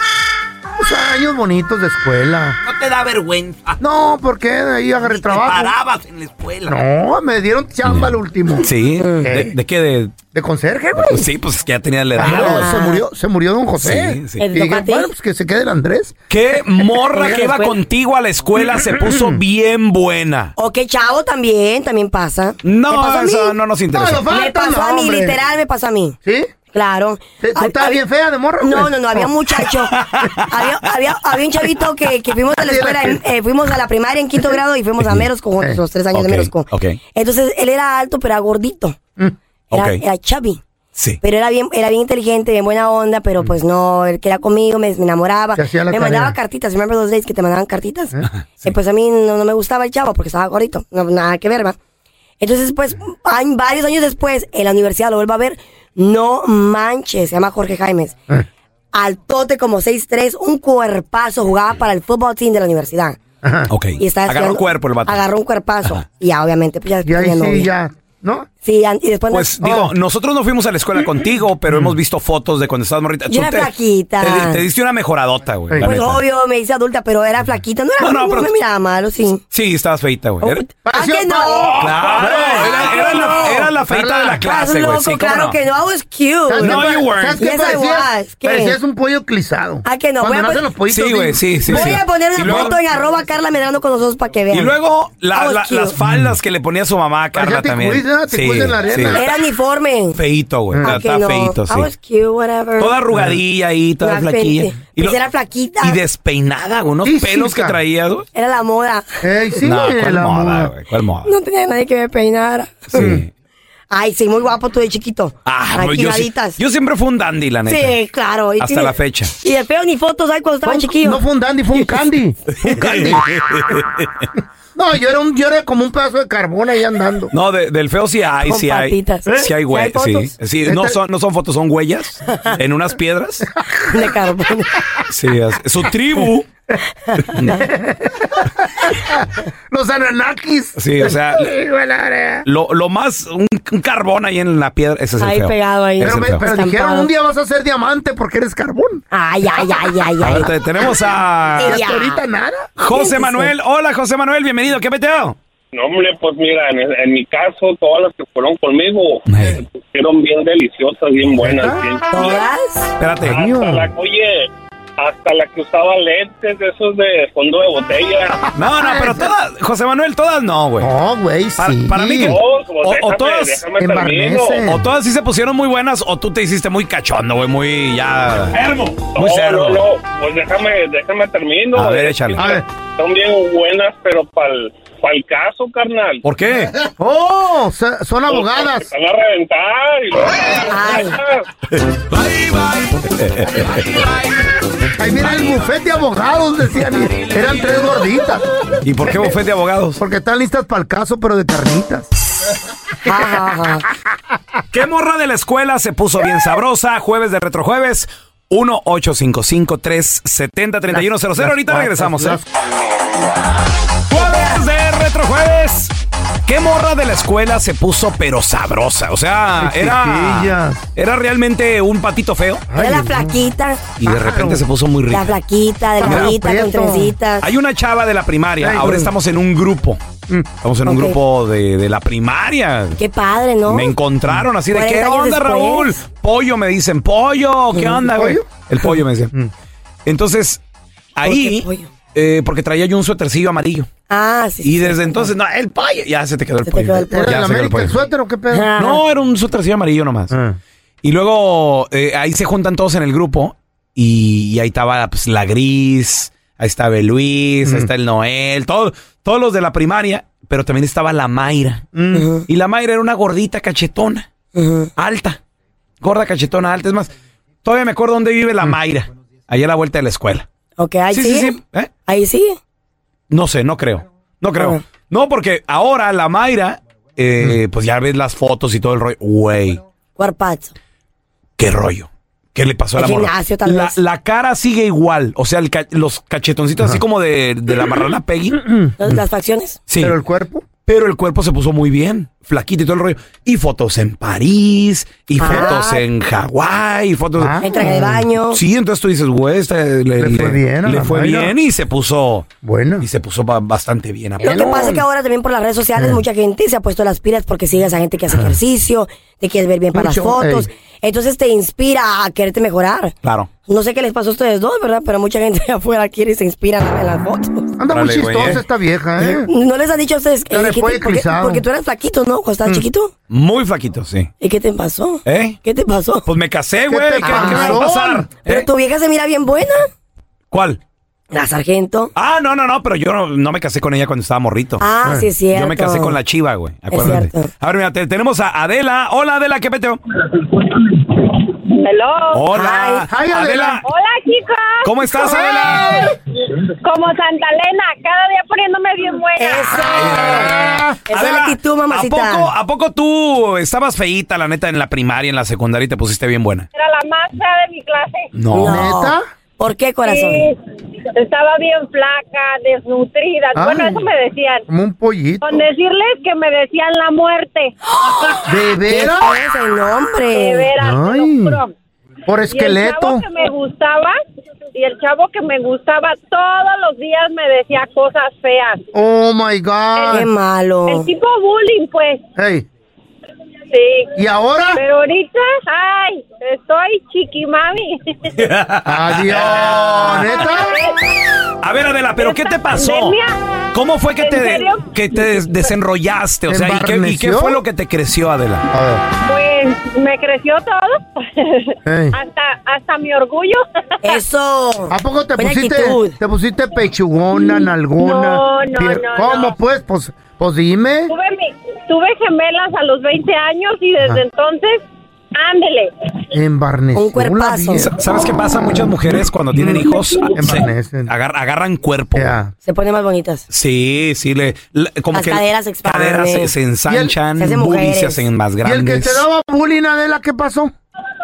[SPEAKER 3] Pues, años bonitos de escuela.
[SPEAKER 9] No te da vergüenza.
[SPEAKER 3] No, porque ahí agarré
[SPEAKER 9] Ni te
[SPEAKER 3] trabajo.
[SPEAKER 9] parabas en la escuela.
[SPEAKER 3] No, me dieron chamba al último.
[SPEAKER 2] Sí. ¿De, de qué? De,
[SPEAKER 3] ¿De conserje, güey?
[SPEAKER 2] pues sí, pues es que ya tenía la edad.
[SPEAKER 3] Claro,
[SPEAKER 2] güey.
[SPEAKER 4] Ah.
[SPEAKER 3] se murió, se murió don José.
[SPEAKER 2] Sí, sí.
[SPEAKER 3] Y
[SPEAKER 4] ¿El
[SPEAKER 3] dije,
[SPEAKER 4] Tocati?
[SPEAKER 3] bueno, pues que se quede el Andrés.
[SPEAKER 2] ¿Qué morra
[SPEAKER 4] Oiga,
[SPEAKER 2] que iba
[SPEAKER 4] después-
[SPEAKER 2] contigo a la escuela se puso bien buena?
[SPEAKER 4] O que chavo también, también pasa. ¿Me pasó
[SPEAKER 2] No,
[SPEAKER 4] a mí?
[SPEAKER 2] eso no nos interesa.
[SPEAKER 3] No, lo-
[SPEAKER 4] Me pasó a mí,
[SPEAKER 3] Hombre.
[SPEAKER 4] literal, me pasó a mí.
[SPEAKER 3] ¿Sí?
[SPEAKER 4] Claro.
[SPEAKER 3] ¿Tú
[SPEAKER 4] Hab-
[SPEAKER 3] estabas
[SPEAKER 4] hab-
[SPEAKER 3] bien fea de pues? morra?
[SPEAKER 4] No,
[SPEAKER 2] pues.
[SPEAKER 3] güey?
[SPEAKER 4] no, no,
[SPEAKER 2] Oh.
[SPEAKER 4] había un muchacho. había, había, había un chavito que, que fuimos a la escuela, en- eh, fuimos a la primaria en quinto grado y fuimos a Merosco, juntos, los tres años
[SPEAKER 2] Ok,
[SPEAKER 4] de Merosco.
[SPEAKER 2] ok. Mm.
[SPEAKER 4] Entonces él era alto, pero era gordito. Era,
[SPEAKER 2] ok.
[SPEAKER 4] era chubby.
[SPEAKER 2] Sí.
[SPEAKER 4] Pero era bien, era bien inteligente, bien buena onda, pero pues no, él quería conmigo, me, me enamoraba.
[SPEAKER 3] Te Mm. hacía la
[SPEAKER 4] me
[SPEAKER 3] tarea.
[SPEAKER 4] mandaba cartitas, remember those days que te mandaban cartitas. Eh, pues a mí no, no me gustaba el chavo porque estaba gordito, no, nada que ver, va. Entonces, pues, hay- varios años después, en la universidad lo vuelvo a ver, no manches, se llama Jorge Jaimes.
[SPEAKER 3] Eh.
[SPEAKER 4] Altote como 6'3, un cuerpazo, jugaba para el fútbol team de la universidad.
[SPEAKER 3] Ajá.
[SPEAKER 2] Ok.
[SPEAKER 4] Y estaba
[SPEAKER 2] Agarró
[SPEAKER 4] estudiando-
[SPEAKER 2] cuerpo el vato.
[SPEAKER 4] Agarró un cuerpazo. Y ya, obviamente, pues ya
[SPEAKER 3] Y ahí
[SPEAKER 4] tenía
[SPEAKER 3] sí,
[SPEAKER 4] novia.
[SPEAKER 3] ya. ¿No?
[SPEAKER 4] Sí, ya, y después...
[SPEAKER 2] Pues
[SPEAKER 4] no-
[SPEAKER 2] digo, nosotros no fuimos a la escuela contigo, pero hemos visto fotos de cuando estabas morrita.
[SPEAKER 4] Yo
[SPEAKER 2] Tú
[SPEAKER 4] era
[SPEAKER 2] te-
[SPEAKER 4] flaquita.
[SPEAKER 2] Te, di- te diste una mejoradota, güey. la
[SPEAKER 4] Pues
[SPEAKER 2] neta.
[SPEAKER 4] obvio, me hice adulta, pero era flaquita. No, era,
[SPEAKER 2] No,
[SPEAKER 4] no,
[SPEAKER 2] no, pero-
[SPEAKER 4] me miraba malo, sí.
[SPEAKER 2] Sí, estabas feita, güey. Era-
[SPEAKER 4] ¿A
[SPEAKER 3] Pareció-
[SPEAKER 4] que no?
[SPEAKER 2] Claro, era, era la, era la feita de la
[SPEAKER 4] Estás
[SPEAKER 2] clase, güey.
[SPEAKER 4] loco,
[SPEAKER 2] Sí,
[SPEAKER 4] claro
[SPEAKER 2] claro no?
[SPEAKER 4] que no, I was
[SPEAKER 3] ¿Sabes
[SPEAKER 4] cute.
[SPEAKER 3] qué
[SPEAKER 2] No,
[SPEAKER 3] pare-
[SPEAKER 2] you weren't.
[SPEAKER 3] ¿Sabes qué
[SPEAKER 4] Yes, I
[SPEAKER 3] parecías?
[SPEAKER 4] was. ¿Qué?
[SPEAKER 3] Parecías un pollo clizado.
[SPEAKER 4] Ah, que no, voy
[SPEAKER 3] Cuando
[SPEAKER 4] a
[SPEAKER 3] nacen
[SPEAKER 4] pon-
[SPEAKER 3] los pollitos.
[SPEAKER 2] Sí, güey,
[SPEAKER 3] bien-
[SPEAKER 2] sí, sí.
[SPEAKER 4] Voy
[SPEAKER 2] sí.
[SPEAKER 4] a poner
[SPEAKER 2] Y
[SPEAKER 4] una
[SPEAKER 2] luego-
[SPEAKER 4] foto en arroba Carla Medrano con los ojos para que vean.
[SPEAKER 2] Y luego la-
[SPEAKER 4] I was
[SPEAKER 2] la-
[SPEAKER 4] cute.
[SPEAKER 2] las faldas que le ponía su mamá a Carla
[SPEAKER 3] Parecía Ah, te
[SPEAKER 2] también.
[SPEAKER 3] cuida, te cuida en la arena.
[SPEAKER 4] Era uniforme.
[SPEAKER 2] Feito, güey.
[SPEAKER 4] Ah, pues,
[SPEAKER 2] Está
[SPEAKER 4] que
[SPEAKER 2] está
[SPEAKER 4] no.
[SPEAKER 2] feito,
[SPEAKER 4] I
[SPEAKER 2] sí.
[SPEAKER 4] was cute, whatever.
[SPEAKER 2] Toda arrugadilla ahí, toda
[SPEAKER 4] Una
[SPEAKER 2] flaquilla.
[SPEAKER 4] fe- pues era flaquita.
[SPEAKER 2] Y despeinada, güey, unos
[SPEAKER 3] Sí,
[SPEAKER 2] pelos
[SPEAKER 3] chica.
[SPEAKER 2] que traía. güey.
[SPEAKER 4] Era la moda.
[SPEAKER 3] Ey, sí,
[SPEAKER 2] no, ¿cuál
[SPEAKER 3] la
[SPEAKER 2] moda,
[SPEAKER 3] moda.
[SPEAKER 2] güey? ¿Cuál moda?
[SPEAKER 4] No tenía nadie que me peinara.
[SPEAKER 2] Sí.
[SPEAKER 4] Ay, sí, muy guapo tú de chiquito.
[SPEAKER 2] Ah,
[SPEAKER 4] Ay,
[SPEAKER 2] pues yo, sí-
[SPEAKER 4] quiladitas.
[SPEAKER 2] yo siempre fui un dandy, la neta.
[SPEAKER 4] Sí, claro. y
[SPEAKER 2] Hasta
[SPEAKER 4] tiene-
[SPEAKER 2] la fecha.
[SPEAKER 4] Y el feo ni fotos hay cuando
[SPEAKER 3] Fue
[SPEAKER 4] estaba
[SPEAKER 3] un-
[SPEAKER 4] chiquillo.
[SPEAKER 3] No fue un dandy, fue un candy. Fue un candy. no, yo era, un, yo era como un pedazo de carbón ahí andando.
[SPEAKER 2] No, de- del feo sí hay,
[SPEAKER 4] Con
[SPEAKER 2] sí hay.
[SPEAKER 4] patitas.
[SPEAKER 2] Sí hay
[SPEAKER 4] ¿Eh?
[SPEAKER 2] hue-
[SPEAKER 4] ¿Sí hay
[SPEAKER 2] sí.
[SPEAKER 4] fotos?
[SPEAKER 2] Sí, no son, no son fotos, son huellas en unas piedras.
[SPEAKER 4] De pues. carbón.
[SPEAKER 2] Sí, así- su tribu.
[SPEAKER 3] Los ananakis.
[SPEAKER 2] Sí, o sea,
[SPEAKER 3] Hijo de la gran-
[SPEAKER 2] lo, lo más, un, un carbón ahí en la piedra, ese es el
[SPEAKER 4] Ahí
[SPEAKER 2] feo.
[SPEAKER 4] pegado ahí.
[SPEAKER 2] Ese es
[SPEAKER 3] Pero,
[SPEAKER 2] el
[SPEAKER 3] me,
[SPEAKER 2] feo.
[SPEAKER 3] pero
[SPEAKER 4] Estampado.
[SPEAKER 3] dijeron un día vas a ser diamante porque eres carbón.
[SPEAKER 4] Ay, ay, ay, ay,
[SPEAKER 2] A
[SPEAKER 4] ay.
[SPEAKER 2] ver, te- tenemos a
[SPEAKER 4] Ya.
[SPEAKER 10] Ah.
[SPEAKER 3] Hasta ahorita nada.
[SPEAKER 2] José Manuel. Hola, José Manuel, bienvenido. ¿Qué peteo?
[SPEAKER 11] No, hombre, pues mira, en, en mi caso, todas las que fueron conmigo fueron bien deliciosas, bien buenas. bien chidas.
[SPEAKER 2] Espérate.
[SPEAKER 11] Hasta la, oye, hasta la que usaba lentes de esos de fondo de botella.
[SPEAKER 2] No,
[SPEAKER 3] Ah,
[SPEAKER 2] no, pero todas, José Manuel, todas no, güey. No,
[SPEAKER 3] güey,
[SPEAKER 2] Para,
[SPEAKER 11] sí.
[SPEAKER 2] para mí que.
[SPEAKER 3] Oh.
[SPEAKER 11] No,
[SPEAKER 2] o,
[SPEAKER 11] pues
[SPEAKER 2] o
[SPEAKER 11] déjame,
[SPEAKER 2] todas.
[SPEAKER 11] déjame termino. Embarnece.
[SPEAKER 2] O todas sí se pusieron muy buenas, o tú te hiciste muy cachondo, güey, muy ya. Muy
[SPEAKER 11] no,
[SPEAKER 2] cerdo.
[SPEAKER 11] no, no, pues déjame, déjame termino.
[SPEAKER 2] A ver,
[SPEAKER 11] Es
[SPEAKER 2] échale.
[SPEAKER 11] que
[SPEAKER 2] A ver.
[SPEAKER 11] Son bien buenas, pero para el, caso, carnal.
[SPEAKER 2] ¿Por qué?
[SPEAKER 3] ¡Oh! se- Son
[SPEAKER 11] Pues,
[SPEAKER 3] abogadas.
[SPEAKER 11] te Van a reventar. y
[SPEAKER 3] Ahí viene el bufete de abogados, decían. y Eran tres gorditas.
[SPEAKER 2] ¿Y por qué bufete de abogados?
[SPEAKER 3] Porque están listas para el caso, pero de carnitas.
[SPEAKER 2] ¿Qué morra de la escuela se puso bien sabrosa? Jueves de retrojueves. 1-855-370-3100. Ahorita
[SPEAKER 3] Las-
[SPEAKER 2] regresamos. ¿eh?
[SPEAKER 3] las-
[SPEAKER 2] Jueves de retrojueves. ¿Qué morra de la escuela se puso pero sabrosa? O sea, era,
[SPEAKER 4] Chiquillas.
[SPEAKER 2] era realmente un patito feo.
[SPEAKER 4] Era la flaquita.
[SPEAKER 2] Y de repente se puso muy rica.
[SPEAKER 4] La flaquita, delgadita, con trencitas.
[SPEAKER 2] Hay una chava de la primaria.
[SPEAKER 4] Ay,
[SPEAKER 2] Ahora
[SPEAKER 4] güey.
[SPEAKER 2] estamos en un grupo. Estamos en un
[SPEAKER 4] Ok.
[SPEAKER 2] grupo de, de la primaria.
[SPEAKER 4] Qué padre, ¿no?
[SPEAKER 2] Me encontraron así de
[SPEAKER 4] 40
[SPEAKER 2] qué
[SPEAKER 4] años
[SPEAKER 2] onda,
[SPEAKER 4] después.
[SPEAKER 2] Raúl. Pollo me dicen, pollo, ¿qué
[SPEAKER 4] ¿El
[SPEAKER 2] onda, güey?
[SPEAKER 4] pollo?
[SPEAKER 2] El pollo me decía. Entonces, ahí,
[SPEAKER 4] qué pollo?
[SPEAKER 2] eh, porque traía yo un suétercillo amarillo.
[SPEAKER 4] Ah, sí.
[SPEAKER 2] Y desde entonces, no, el pollo. Ya se te quedó el pollo.
[SPEAKER 3] ¿Era
[SPEAKER 2] Ya se
[SPEAKER 3] el
[SPEAKER 2] quedó el
[SPEAKER 3] América el
[SPEAKER 2] pollo.
[SPEAKER 3] suéter o qué pedo?
[SPEAKER 2] No, era un suétercillo amarillo nomás. Y luego eh, ahí se juntan todos en el grupo y, y ahí estaba pues, la Gris, ahí estaba el Luis, ahí está el Noel, todo- todos los de la primaria, pero también estaba la Mayra. Y la Mayra era una gordita cachetona, alta, gorda cachetona alta. Es más, todavía me acuerdo dónde vive la Mayra, allá a la vuelta de la escuela.
[SPEAKER 4] Ok, ahí sí.
[SPEAKER 2] sí, sí, ¿Eh?
[SPEAKER 4] Ahí sí.
[SPEAKER 2] No sé, no creo. No creo. No, porque ahora la Mayra, eh, pues ya ves las fotos y todo el rollo. Güey,
[SPEAKER 4] Cuerpazo.
[SPEAKER 2] qué rollo. ¿Qué le pasó a la
[SPEAKER 4] El
[SPEAKER 2] morra?
[SPEAKER 4] gimnasio, tal
[SPEAKER 2] la,
[SPEAKER 4] vez.
[SPEAKER 2] la cara sigue igual. O sea, el ca- los cachetoncitos así como de, de la marrana Peggy.
[SPEAKER 4] Las, las facciones.
[SPEAKER 2] Sí. ¿Pero el
[SPEAKER 3] cuerpo?
[SPEAKER 2] Pero el cuerpo se puso muy bien. Flaquito y todo el rollo. Y fotos en París, y
[SPEAKER 4] Ah.
[SPEAKER 2] fotos en Hawái, y fotos...
[SPEAKER 4] Ah. En traje de baño.
[SPEAKER 2] Sí, entonces tú dices, güey, esta le, le-
[SPEAKER 3] fue bien a
[SPEAKER 2] le
[SPEAKER 3] la
[SPEAKER 2] fue
[SPEAKER 3] Mayra.
[SPEAKER 2] bien y se puso... Bueno. Y se puso ba- bastante bien. a
[SPEAKER 4] Lo que pasa es que ahora también por las redes
[SPEAKER 2] Eh.
[SPEAKER 4] sociales mucha gente se ha puesto las pilas porque sigue a esa gente que hace ejercicio, te quieres ver bien para las
[SPEAKER 2] Mucho,
[SPEAKER 4] fotos.
[SPEAKER 2] ey.
[SPEAKER 4] Entonces te inspira a quererte mejorar.
[SPEAKER 2] Claro.
[SPEAKER 4] No sé qué les pasó a ustedes dos, ¿verdad? Pero mucha gente de afuera quiere y se inspira en las fotos.
[SPEAKER 3] Anda muy chistosa esta vieja, ¿eh?
[SPEAKER 4] ¿No les han dicho a ustedes
[SPEAKER 3] Ya le
[SPEAKER 4] eh, que
[SPEAKER 3] fue
[SPEAKER 4] te- porque,
[SPEAKER 3] eclipsado.
[SPEAKER 4] porque tú eras flaquito, ¿no? Cuando
[SPEAKER 2] Mm.
[SPEAKER 4] estabas chiquito.
[SPEAKER 2] Muy flaquito, sí.
[SPEAKER 4] ¿Y qué te pasó?
[SPEAKER 2] ¿Eh?
[SPEAKER 4] ¿Qué te pasó?
[SPEAKER 2] Pues me casé, güey. ¿Qué, qué me va a pasar?
[SPEAKER 4] Pero
[SPEAKER 2] ¿Eh?
[SPEAKER 4] tu vieja se mira bien buena.
[SPEAKER 2] ¿Cuál?
[SPEAKER 4] La sargento.
[SPEAKER 2] Ah, no, no, no, pero yo no, no me casé con ella cuando estaba morrito.
[SPEAKER 4] Ah, sí, es cierto.
[SPEAKER 2] Yo me casé con la chiva, güey. Acuérdate. A ver, mira, te- tenemos a Adela. Hola, Adela, ¿qué peteo?
[SPEAKER 10] Hello.
[SPEAKER 2] Hola. Hi. Hi, Adela. Adela.
[SPEAKER 10] Hola, chicos.
[SPEAKER 2] ¿Cómo estás, Adela?
[SPEAKER 10] Como Santa Elena, cada día poniéndome bien buena.
[SPEAKER 2] Eso.
[SPEAKER 10] Esa es la actitud, mamacita.
[SPEAKER 2] ¿A poco, Ah. ¿A poco tú estabas feíta, la neta, en la primaria, en la secundaria y te pusiste bien buena?
[SPEAKER 10] Era la más fea de mi clase.
[SPEAKER 2] No. ¿Neta?
[SPEAKER 4] ¿Por qué, corazón?
[SPEAKER 10] Sí, estaba bien flaca, desnutrida.
[SPEAKER 3] Ay.
[SPEAKER 10] Bueno, eso me decían.
[SPEAKER 3] Como un pollito.
[SPEAKER 10] Con decirles que me decían la muerte.
[SPEAKER 3] ¿De veras?
[SPEAKER 10] ¿Qué es el nombre? De veras, Ah, te lo
[SPEAKER 3] Ay.
[SPEAKER 10] juro.
[SPEAKER 3] Por
[SPEAKER 10] Y el
[SPEAKER 3] esqueleto.
[SPEAKER 10] chavo que me gustaba, y el chavo que me gustaba todos los días me decía cosas feas.
[SPEAKER 3] Oh my God.
[SPEAKER 10] Qué malo. El tipo bullying, pues.
[SPEAKER 3] Hey,
[SPEAKER 10] Sí.
[SPEAKER 3] ¿Y ahora?
[SPEAKER 10] Pero ahorita, ay, estoy chiquimami. Ah.
[SPEAKER 2] Adiós. A ver, Adela, ¿pero qué te pasó?
[SPEAKER 10] pandemia,
[SPEAKER 2] ¿Cómo fue que
[SPEAKER 10] ¿en
[SPEAKER 2] te,
[SPEAKER 10] serio?
[SPEAKER 2] que te des- desenrollaste? O sea, ¿y qué, y qué
[SPEAKER 10] ¿Embarneció?
[SPEAKER 2] fue lo que te creció, Adela?
[SPEAKER 10] Pues me creció todo.
[SPEAKER 3] Ey.
[SPEAKER 10] hasta hasta mi orgullo.
[SPEAKER 4] Eso.
[SPEAKER 3] ¿A poco te pusiste, te pusiste pechugona, nalgona?
[SPEAKER 10] No, no,
[SPEAKER 3] pier-
[SPEAKER 10] no,
[SPEAKER 3] ¿Cómo
[SPEAKER 10] no.
[SPEAKER 3] pues? Pues, pues dime.
[SPEAKER 10] Tuve, mi- tuve gemelas a los 20 años y desde
[SPEAKER 3] Ah.
[SPEAKER 10] entonces, ándele.
[SPEAKER 3] Embarneció la vieja.
[SPEAKER 2] Sa- ¿Sabes qué pasa? Muchas mujeres cuando tienen hijos se agar- agarran cuerpo.
[SPEAKER 4] Se ponen más bonitas.
[SPEAKER 2] Sí, sí, le, le- como
[SPEAKER 4] Las
[SPEAKER 2] que
[SPEAKER 4] caderas se expanden.
[SPEAKER 2] caderas se, se
[SPEAKER 4] Y el-
[SPEAKER 2] ensanchan,
[SPEAKER 4] se hacen
[SPEAKER 2] boobies
[SPEAKER 4] mujeres.
[SPEAKER 2] se hacen más
[SPEAKER 3] ¿Y el que
[SPEAKER 2] grandes.
[SPEAKER 3] te daba bullying, Adela, qué pasó?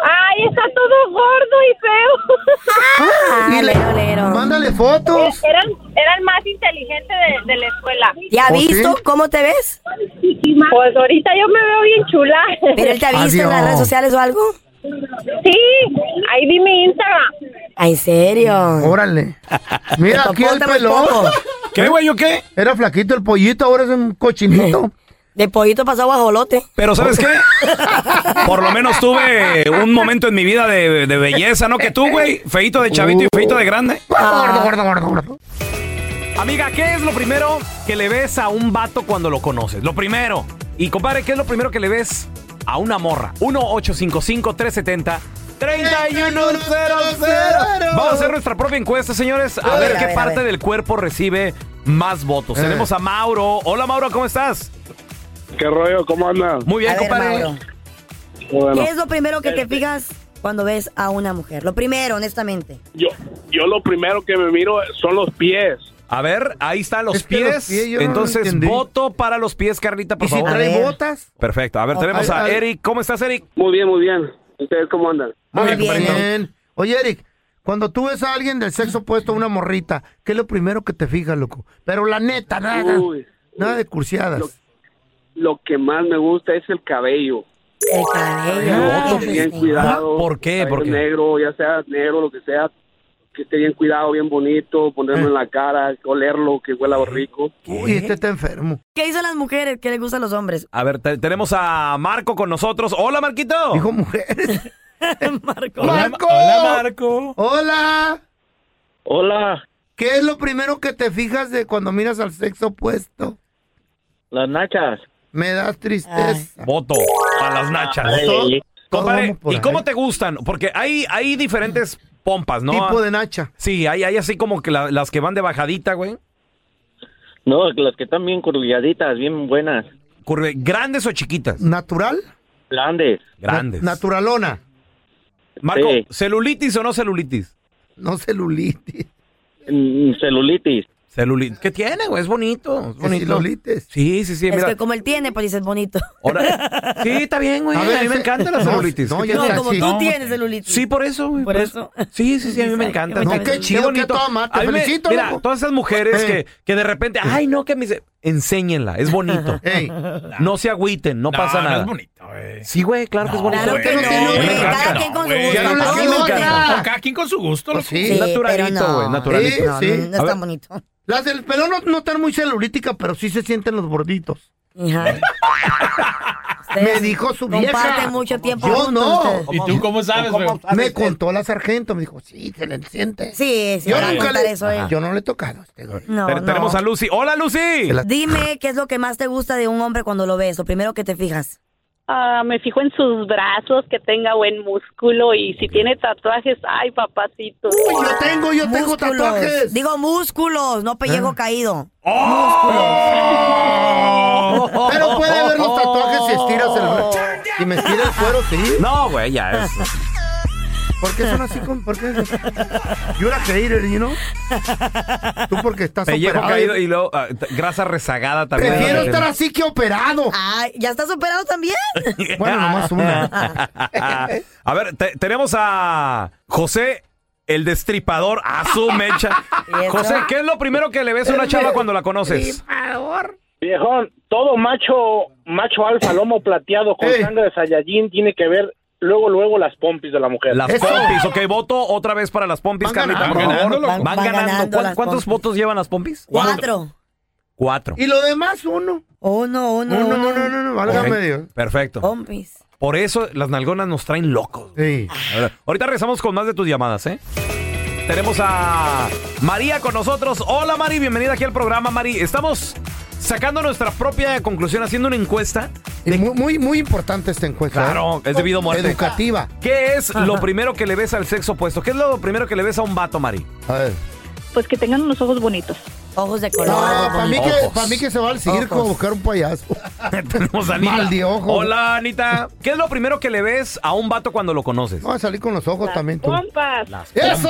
[SPEAKER 10] Ay, está todo gordo y feo.
[SPEAKER 3] Y le- Mándale fotos.
[SPEAKER 10] Era, era el más inteligente de, de la escuela.
[SPEAKER 4] ¿Ya
[SPEAKER 2] ¿Oh,
[SPEAKER 4] ha visto cómo te ves? Pues
[SPEAKER 10] ahorita yo me veo bien chula.
[SPEAKER 4] ¿Pero él te ha visto en las redes sociales o algo?
[SPEAKER 10] Sí, ahí vi mi Instagram.
[SPEAKER 4] Ah, ¿En serio?
[SPEAKER 3] Órale. Mira
[SPEAKER 4] Te
[SPEAKER 3] aquí
[SPEAKER 4] topó,
[SPEAKER 3] el
[SPEAKER 4] te me
[SPEAKER 3] pelón.
[SPEAKER 4] topo.
[SPEAKER 2] ¿Qué, güey? ¿Yo qué?
[SPEAKER 3] Era flaquito el pollito, ahora es un cochinito.
[SPEAKER 4] De pollito pasó a jolote.
[SPEAKER 2] Pero ¿sabes qué? Por lo menos tuve un momento en mi vida de, de belleza, ¿no? Que tú, güey, feito de chavito y feito de grande.
[SPEAKER 3] Gordo, gordo, gordo, gordo.
[SPEAKER 2] Amiga, ¿qué es lo primero que le ves a un vato cuando lo conoces? Lo primero. Y compadre, ¿qué es lo primero que le ves a una morra? 1-855-370. 3100. Vamos a hacer nuestra propia encuesta, señores. A
[SPEAKER 9] A
[SPEAKER 2] ver
[SPEAKER 9] ver,
[SPEAKER 2] qué
[SPEAKER 9] a ver, a
[SPEAKER 2] parte
[SPEAKER 9] ver.
[SPEAKER 2] del cuerpo recibe más votos.
[SPEAKER 9] Eh.
[SPEAKER 2] Tenemos a Mauro. Hola, Mauro, ¿cómo estás?
[SPEAKER 12] ¿Qué rollo? ¿Cómo andas?
[SPEAKER 2] Muy bien,
[SPEAKER 4] A ver,
[SPEAKER 2] compadre.
[SPEAKER 4] Mauro.
[SPEAKER 12] Bueno,
[SPEAKER 4] ¿Qué es lo primero que te
[SPEAKER 12] Este.
[SPEAKER 4] fijas cuando ves a una mujer? Lo primero, honestamente.
[SPEAKER 12] yo, yo lo primero que me miro son los pies.
[SPEAKER 2] A ver, ahí están los
[SPEAKER 12] Es que los
[SPEAKER 2] pies.
[SPEAKER 12] pies yo no
[SPEAKER 2] Entonces,
[SPEAKER 12] entendí.
[SPEAKER 2] voto para los pies, Carlita, por favor.
[SPEAKER 3] botas?
[SPEAKER 2] Perfecto. A ver, tenemos
[SPEAKER 3] Ay,
[SPEAKER 2] a
[SPEAKER 3] ay.
[SPEAKER 2] Eric. ¿Cómo estás, Eric?
[SPEAKER 12] Muy bien, muy bien. ¿Ustedes cómo andan?
[SPEAKER 3] Muy bien. Oye, Eric, cuando tú ves a alguien del sexo opuesto, una morrita, ¿qué es lo primero que te fijas, loco? Pero la neta, nada.
[SPEAKER 12] Uy.
[SPEAKER 3] nada de cursiadas.
[SPEAKER 12] Lo- Lo que más me gusta es el cabello.
[SPEAKER 4] El cabello.
[SPEAKER 2] Ah,
[SPEAKER 12] bien cuidado.
[SPEAKER 2] ¿Por qué? ¿Por
[SPEAKER 12] Cabello
[SPEAKER 2] qué?
[SPEAKER 12] negro, ya sea negro, lo que sea. Que esté bien cuidado, bien bonito,
[SPEAKER 13] Eh.
[SPEAKER 12] ponerlo en la cara, olerlo, que huela rico.
[SPEAKER 3] Uy, este está enfermo.
[SPEAKER 4] ¿Qué dicen las mujeres? ¿Qué les gusta a los hombres?
[SPEAKER 2] A ver, te- tenemos a Marco con nosotros. Hola, Marquito. Dijo
[SPEAKER 3] mujeres.
[SPEAKER 4] Marco.
[SPEAKER 3] Marco.
[SPEAKER 2] Marco.
[SPEAKER 3] Hola.
[SPEAKER 13] Hola.
[SPEAKER 3] ¿Qué es lo primero que te fijas de cuando miras al sexo opuesto?
[SPEAKER 13] Las nachas.
[SPEAKER 3] Me das tristeza.
[SPEAKER 2] Voto para las nachas.
[SPEAKER 3] Ay,
[SPEAKER 2] Todo-
[SPEAKER 3] ay, ay.
[SPEAKER 2] Compadre,
[SPEAKER 3] Todos vamos por
[SPEAKER 2] ¿y
[SPEAKER 3] ahí.
[SPEAKER 2] cómo te gustan? Porque hay, hay diferentes pompas, ¿no?
[SPEAKER 3] Tipo de nacha.
[SPEAKER 2] Sí, hay, hay así como que la- las que van de bajadita, güey.
[SPEAKER 13] No, las que están bien curviaditas, bien buenas.
[SPEAKER 2] Curve, ¿Grandes o chiquitas?
[SPEAKER 3] ¿Natural?
[SPEAKER 13] Grandes.
[SPEAKER 2] Grandes.
[SPEAKER 3] Naturalona.
[SPEAKER 2] Marco,
[SPEAKER 13] Sí.
[SPEAKER 2] ¿celulitis o no celulitis?
[SPEAKER 3] No celulitis.
[SPEAKER 13] mm, celulitis.
[SPEAKER 2] Celulitis. ¿Qué tiene, güey? Es bonito. Es bonito.
[SPEAKER 3] Celulitis.
[SPEAKER 2] Sí, sí, sí.
[SPEAKER 4] es
[SPEAKER 2] Mira.
[SPEAKER 4] que como él tiene, pues dices bonito.
[SPEAKER 2] Ahora- sí, está bien, güey. A,
[SPEAKER 4] A ver,
[SPEAKER 2] mí me
[SPEAKER 4] ese-
[SPEAKER 2] encanta la
[SPEAKER 4] no,
[SPEAKER 2] celulitis.
[SPEAKER 4] no,
[SPEAKER 2] ¿Qué
[SPEAKER 4] ya
[SPEAKER 2] tiene?
[SPEAKER 4] sé, No, como sí. tú tienes celulitis.
[SPEAKER 2] Sí, por eso, güey. Por, eso. Sí, sí, sí, a mí me encanta.
[SPEAKER 3] No, qué chido, qué a toda madre, te
[SPEAKER 2] A mí me-
[SPEAKER 3] felicito,
[SPEAKER 2] Mira,
[SPEAKER 3] loco.
[SPEAKER 2] todas esas mujeres
[SPEAKER 3] Eh. Eh.
[SPEAKER 2] que, que de repente, ay, no, que me dice, enséñenla, es bonito.
[SPEAKER 3] Ey.
[SPEAKER 2] No se agüiten, no, pasa
[SPEAKER 9] no
[SPEAKER 2] nada.
[SPEAKER 9] es
[SPEAKER 2] bonito, Sí, güey, claro que es bonito.
[SPEAKER 9] Claro que no, güey, cada quien con su gusto.
[SPEAKER 2] Ya no le
[SPEAKER 9] Cada
[SPEAKER 2] digo,
[SPEAKER 9] quien-
[SPEAKER 2] cara.
[SPEAKER 9] cada quien con su gusto.
[SPEAKER 2] Pues
[SPEAKER 9] loco.
[SPEAKER 2] sí, naturalito, güey, naturalito.
[SPEAKER 3] Sí, sí.
[SPEAKER 2] A ver,
[SPEAKER 4] bonito.
[SPEAKER 3] Las del pelo no, no están muy celulíticas, pero sí se sienten los borditos. Me dijo su vieja.
[SPEAKER 4] Comparten mucho tiempo
[SPEAKER 3] Yo
[SPEAKER 4] juntos
[SPEAKER 3] no.
[SPEAKER 4] ustedes. ¿Y tú cómo sabes, güey?
[SPEAKER 3] Me contó la sargento, me dijo, sí, se le siente.
[SPEAKER 4] Ah, Sí, sí,
[SPEAKER 3] Yo
[SPEAKER 4] van a
[SPEAKER 3] nunca
[SPEAKER 4] contar
[SPEAKER 3] le,
[SPEAKER 4] eso, eh.
[SPEAKER 3] Ajá. yo no le he tocado. a este güey.
[SPEAKER 4] No,
[SPEAKER 2] te-
[SPEAKER 4] no.
[SPEAKER 2] Tenemos a Lucy. ¡Hola, Lucy!
[SPEAKER 4] Dime qué es lo que más te gusta de un hombre cuando lo ves, lo primero que te fijas.
[SPEAKER 10] Ah, me fijo en sus brazos, que tenga buen músculo y si tiene tatuajes, ay, papacito.
[SPEAKER 3] yo tengo, yo
[SPEAKER 4] tengo tatuajes. Digo músculos, no pellejo caído.
[SPEAKER 3] Pero puede ver los tatuajes si estiras el
[SPEAKER 4] Oh.
[SPEAKER 3] brazo. Si me estira el cuero, sí.
[SPEAKER 2] No, güey, ya es.
[SPEAKER 3] ¿Por qué son así? Con, ¿Por qué? You're a hater, you know? Tú porque estás
[SPEAKER 2] Pellejo
[SPEAKER 3] operado.
[SPEAKER 2] caído y luego ah, t- grasa rezagada también.
[SPEAKER 3] Prefiero estar así que operado.
[SPEAKER 4] Ay, ¿ya estás operado también?
[SPEAKER 3] Bueno, nomás una.
[SPEAKER 2] a ver, te- tenemos a José, el destripador, a su mecha.
[SPEAKER 12] ¿Y eso?
[SPEAKER 2] José, ¿qué es lo primero que le ves a una chava cuando la conoces?
[SPEAKER 12] Viejón, todo macho, macho alfa, lomo plateado con sangre de Saiyajin tiene que ver luego, luego las pompis de la mujer.
[SPEAKER 2] Las pompis, ok, voto otra vez para las pompis,
[SPEAKER 12] Van
[SPEAKER 2] Carlita,
[SPEAKER 12] ganando,
[SPEAKER 2] por
[SPEAKER 12] van
[SPEAKER 2] favor.
[SPEAKER 12] ganando,
[SPEAKER 2] Van,
[SPEAKER 12] van
[SPEAKER 2] ganando.
[SPEAKER 12] ganando
[SPEAKER 2] ¿Cuán-
[SPEAKER 12] las
[SPEAKER 2] ¿Cuántos
[SPEAKER 12] pompis.
[SPEAKER 2] votos llevan las pompis?
[SPEAKER 4] Cuatro.
[SPEAKER 2] Cuatro.
[SPEAKER 3] Y lo demás, uno.
[SPEAKER 4] Uno, uno,
[SPEAKER 3] uno.
[SPEAKER 4] uno.
[SPEAKER 3] No, no, no, no, válgame
[SPEAKER 2] Ok,
[SPEAKER 3] Dios.
[SPEAKER 2] Perfecto.
[SPEAKER 4] Pompis.
[SPEAKER 2] Por eso las nalgonas nos traen locos.
[SPEAKER 3] Sí.
[SPEAKER 2] Ahorita regresamos con más de tus llamadas, ¿eh? Tenemos a María con nosotros. Hola Mari, bienvenida aquí al programa, Mari. Estamos sacando nuestra propia conclusión, haciendo una encuesta.
[SPEAKER 3] Y muy, muy, muy importante esta encuesta.
[SPEAKER 2] Claro,
[SPEAKER 3] ¿eh?
[SPEAKER 2] es debido a muerte.
[SPEAKER 3] Educativa.
[SPEAKER 2] ¿Qué es lo
[SPEAKER 3] Ajá.
[SPEAKER 2] primero que le ves al sexo opuesto? ¿Qué es lo primero que le ves a un vato, Mari?
[SPEAKER 3] A ver.
[SPEAKER 10] Pues que tengan unos ojos bonitos.
[SPEAKER 4] Ojos de color.
[SPEAKER 3] No, para mí, que,
[SPEAKER 2] Ojos.
[SPEAKER 3] pa' mí que se va al circo a buscar un payaso.
[SPEAKER 2] Tenemos a Anita.
[SPEAKER 3] Mal de ojo.
[SPEAKER 2] Hola, Anita. ¿Qué es lo primero que le ves a un vato cuando lo conoces?
[SPEAKER 3] Vamos a salir con los ojos también tú.
[SPEAKER 10] Pompas.
[SPEAKER 3] ¡Eso!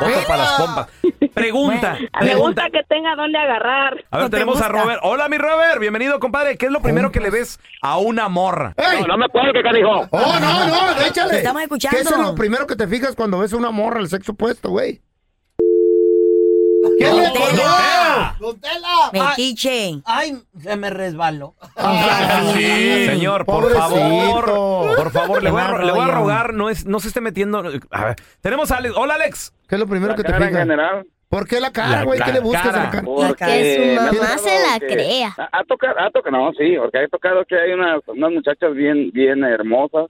[SPEAKER 2] Voto para las pompas. Pregunta.
[SPEAKER 10] Me
[SPEAKER 2] pregunta.
[SPEAKER 10] gusta que tenga dónde agarrar.
[SPEAKER 2] A ver, tenemos a Robert. Hola, mi Robert. Bienvenido, compadre. ¿Qué es lo primero que le ves a una morra?
[SPEAKER 3] ¡Ey!
[SPEAKER 2] me acuerdo que canijo.
[SPEAKER 3] ¡Oh, no, no! ¡Échale!
[SPEAKER 4] Te estamos escuchando.
[SPEAKER 3] ¿Qué es lo primero que te fijas cuando ves a una morra del sexo opuesto, güey? ¿Qué le
[SPEAKER 4] Tela.
[SPEAKER 3] pasó?
[SPEAKER 4] Metiche.
[SPEAKER 9] Ay, se me resbaló.
[SPEAKER 2] Señor, por
[SPEAKER 9] Pobrecito.
[SPEAKER 2] favor. Por favor, le voy, a, ro-
[SPEAKER 9] Qué mal
[SPEAKER 2] le voy a
[SPEAKER 9] rollo.
[SPEAKER 2] rogar. No, es, no se esté metiendo. A ver, tenemos a Alex. Hola, Alex.
[SPEAKER 3] ¿Qué es lo primero
[SPEAKER 2] que
[SPEAKER 3] te cara en fijas?
[SPEAKER 14] Ah,
[SPEAKER 12] general.
[SPEAKER 3] ¿Por qué la cara,
[SPEAKER 14] La
[SPEAKER 3] güey? ¿Qué
[SPEAKER 14] cara.
[SPEAKER 3] le buscas en la cara?
[SPEAKER 4] Oh.
[SPEAKER 15] Porque su mamá se la
[SPEAKER 14] que-
[SPEAKER 15] crea.
[SPEAKER 14] Ha, ha tocado, ha tocado, no, sí, porque ha tocado que hay unas, unas muchachas bien, bien hermosas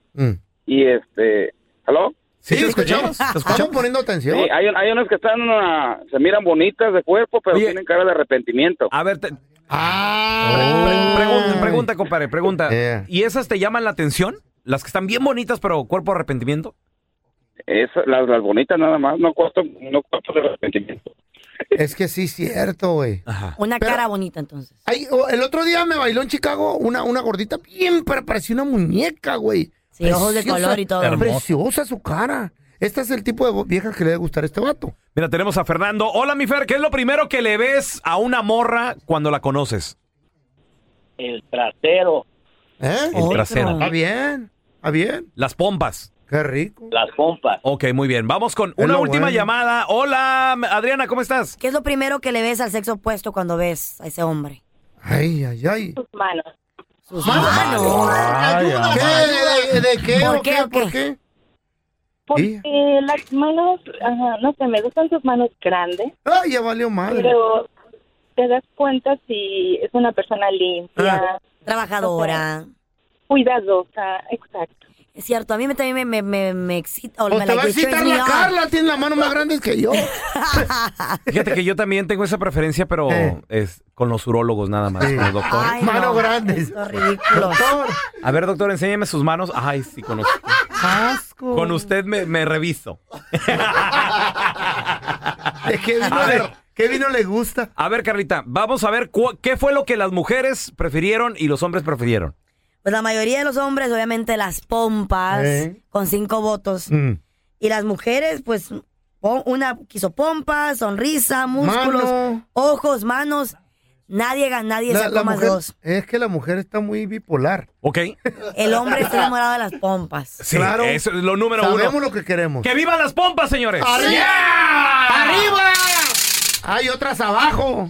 [SPEAKER 14] y este, ¿aló?
[SPEAKER 3] Sí, te escuchamos. Te escuchamos poniendo atención.
[SPEAKER 14] Sí, hay, hay unas que están, ah, se miran bonitas de cuerpo, pero tienen cara de arrepentimiento.
[SPEAKER 2] A ver, Ah. pregunta, pregunta, compadre, pregunta.
[SPEAKER 3] Eh.
[SPEAKER 2] ¿Y esas te llaman la atención? Las que están bien bonitas, pero cuerpo arrepentimiento.
[SPEAKER 14] Esa- las, las bonitas nada más, no cuarto, no cuarto de arrepentimiento.
[SPEAKER 3] Es que sí, es cierto, güey.
[SPEAKER 4] Una cara bonita, entonces.
[SPEAKER 3] Ay, o- el otro día me bailó en Chicago una, una gordita bien, pero parecía una muñeca, güey.
[SPEAKER 4] Sí, ojos de color y todo. Hermosa.
[SPEAKER 3] Preciosa su cara. Este es el tipo de bo- vieja que le debe gustar a este vato.
[SPEAKER 2] Mira, tenemos a Fernando. Hola, mi Fer, ¿qué es lo primero que le ves a una morra cuando la conoces?
[SPEAKER 12] El trasero,
[SPEAKER 3] ¿Eh?
[SPEAKER 2] El trasero.
[SPEAKER 3] Está bien, está bien.
[SPEAKER 2] Las pompas.
[SPEAKER 3] Qué rico.
[SPEAKER 12] las pompas.
[SPEAKER 2] Ok, muy bien. Vamos con una
[SPEAKER 3] lo
[SPEAKER 2] última
[SPEAKER 3] bueno.
[SPEAKER 2] llamada. Hola, Adriana, ¿cómo estás?
[SPEAKER 4] ¿Qué es lo primero que le ves al sexo opuesto cuando ves a ese hombre?
[SPEAKER 3] Ay, ay, ay.
[SPEAKER 4] Sus manos. Sus
[SPEAKER 3] Manos.
[SPEAKER 4] manos.
[SPEAKER 3] Ah, Ay, ay. ¿Qué? ¿De, de- de qué?
[SPEAKER 10] ¿Por
[SPEAKER 3] o
[SPEAKER 10] qué, o qué?
[SPEAKER 3] ¿Por qué?
[SPEAKER 10] Porque las manos, ajá, no sé, me gustan sus manos grandes.
[SPEAKER 3] Ay, ya valió madre.
[SPEAKER 10] Pero te das cuenta si es una persona limpia.
[SPEAKER 4] Trabajadora.
[SPEAKER 10] cuidadosa, exacto.
[SPEAKER 4] Es cierto, a mí me, también me, me, me, me excita. O
[SPEAKER 3] Pues
[SPEAKER 4] me
[SPEAKER 3] te va a
[SPEAKER 4] get you
[SPEAKER 3] excitar
[SPEAKER 4] in
[SPEAKER 3] la
[SPEAKER 4] me on.
[SPEAKER 3] Carla, tiene las manos más grandes que yo.
[SPEAKER 2] Fíjate que yo también tengo esa preferencia, pero es con los urólogos nada más, con los doctores.
[SPEAKER 4] Ay,
[SPEAKER 3] Manos
[SPEAKER 4] no,
[SPEAKER 3] grandes.
[SPEAKER 4] esto es ridículo.
[SPEAKER 2] A ver, doctor, enséñame sus manos. Ay, sí, con los-
[SPEAKER 3] Asco.
[SPEAKER 2] Con usted me, me reviso.
[SPEAKER 3] ¿De qué vino,
[SPEAKER 2] A
[SPEAKER 3] le,
[SPEAKER 2] ver.
[SPEAKER 3] qué vino le gusta?
[SPEAKER 2] A ver, Carlita, vamos a ver cu- qué fue lo que las mujeres prefirieron y los hombres prefirieron.
[SPEAKER 4] Pues la mayoría de los hombres, obviamente, las pompas
[SPEAKER 2] Eh.
[SPEAKER 4] con cinco votos.
[SPEAKER 2] Mm.
[SPEAKER 4] Y las mujeres, pues, po- una quiso pompas, sonrisa, músculos,
[SPEAKER 3] Mano.
[SPEAKER 4] ojos, manos. Nadie gana, nadie
[SPEAKER 3] La-
[SPEAKER 4] sacó
[SPEAKER 3] la
[SPEAKER 4] más
[SPEAKER 3] mujer-
[SPEAKER 4] dos.
[SPEAKER 3] Es que la mujer está muy bipolar.
[SPEAKER 2] Ok.
[SPEAKER 4] El hombre está enamorado de las pompas.
[SPEAKER 2] Sí, Eso es lo número
[SPEAKER 3] Sabemos
[SPEAKER 2] uno.
[SPEAKER 3] lo que queremos.
[SPEAKER 2] ¡Que vivan las pompas, señores!
[SPEAKER 3] ¡Arriba!
[SPEAKER 2] Yeah!
[SPEAKER 3] ¡Arriba! Hay otras abajo.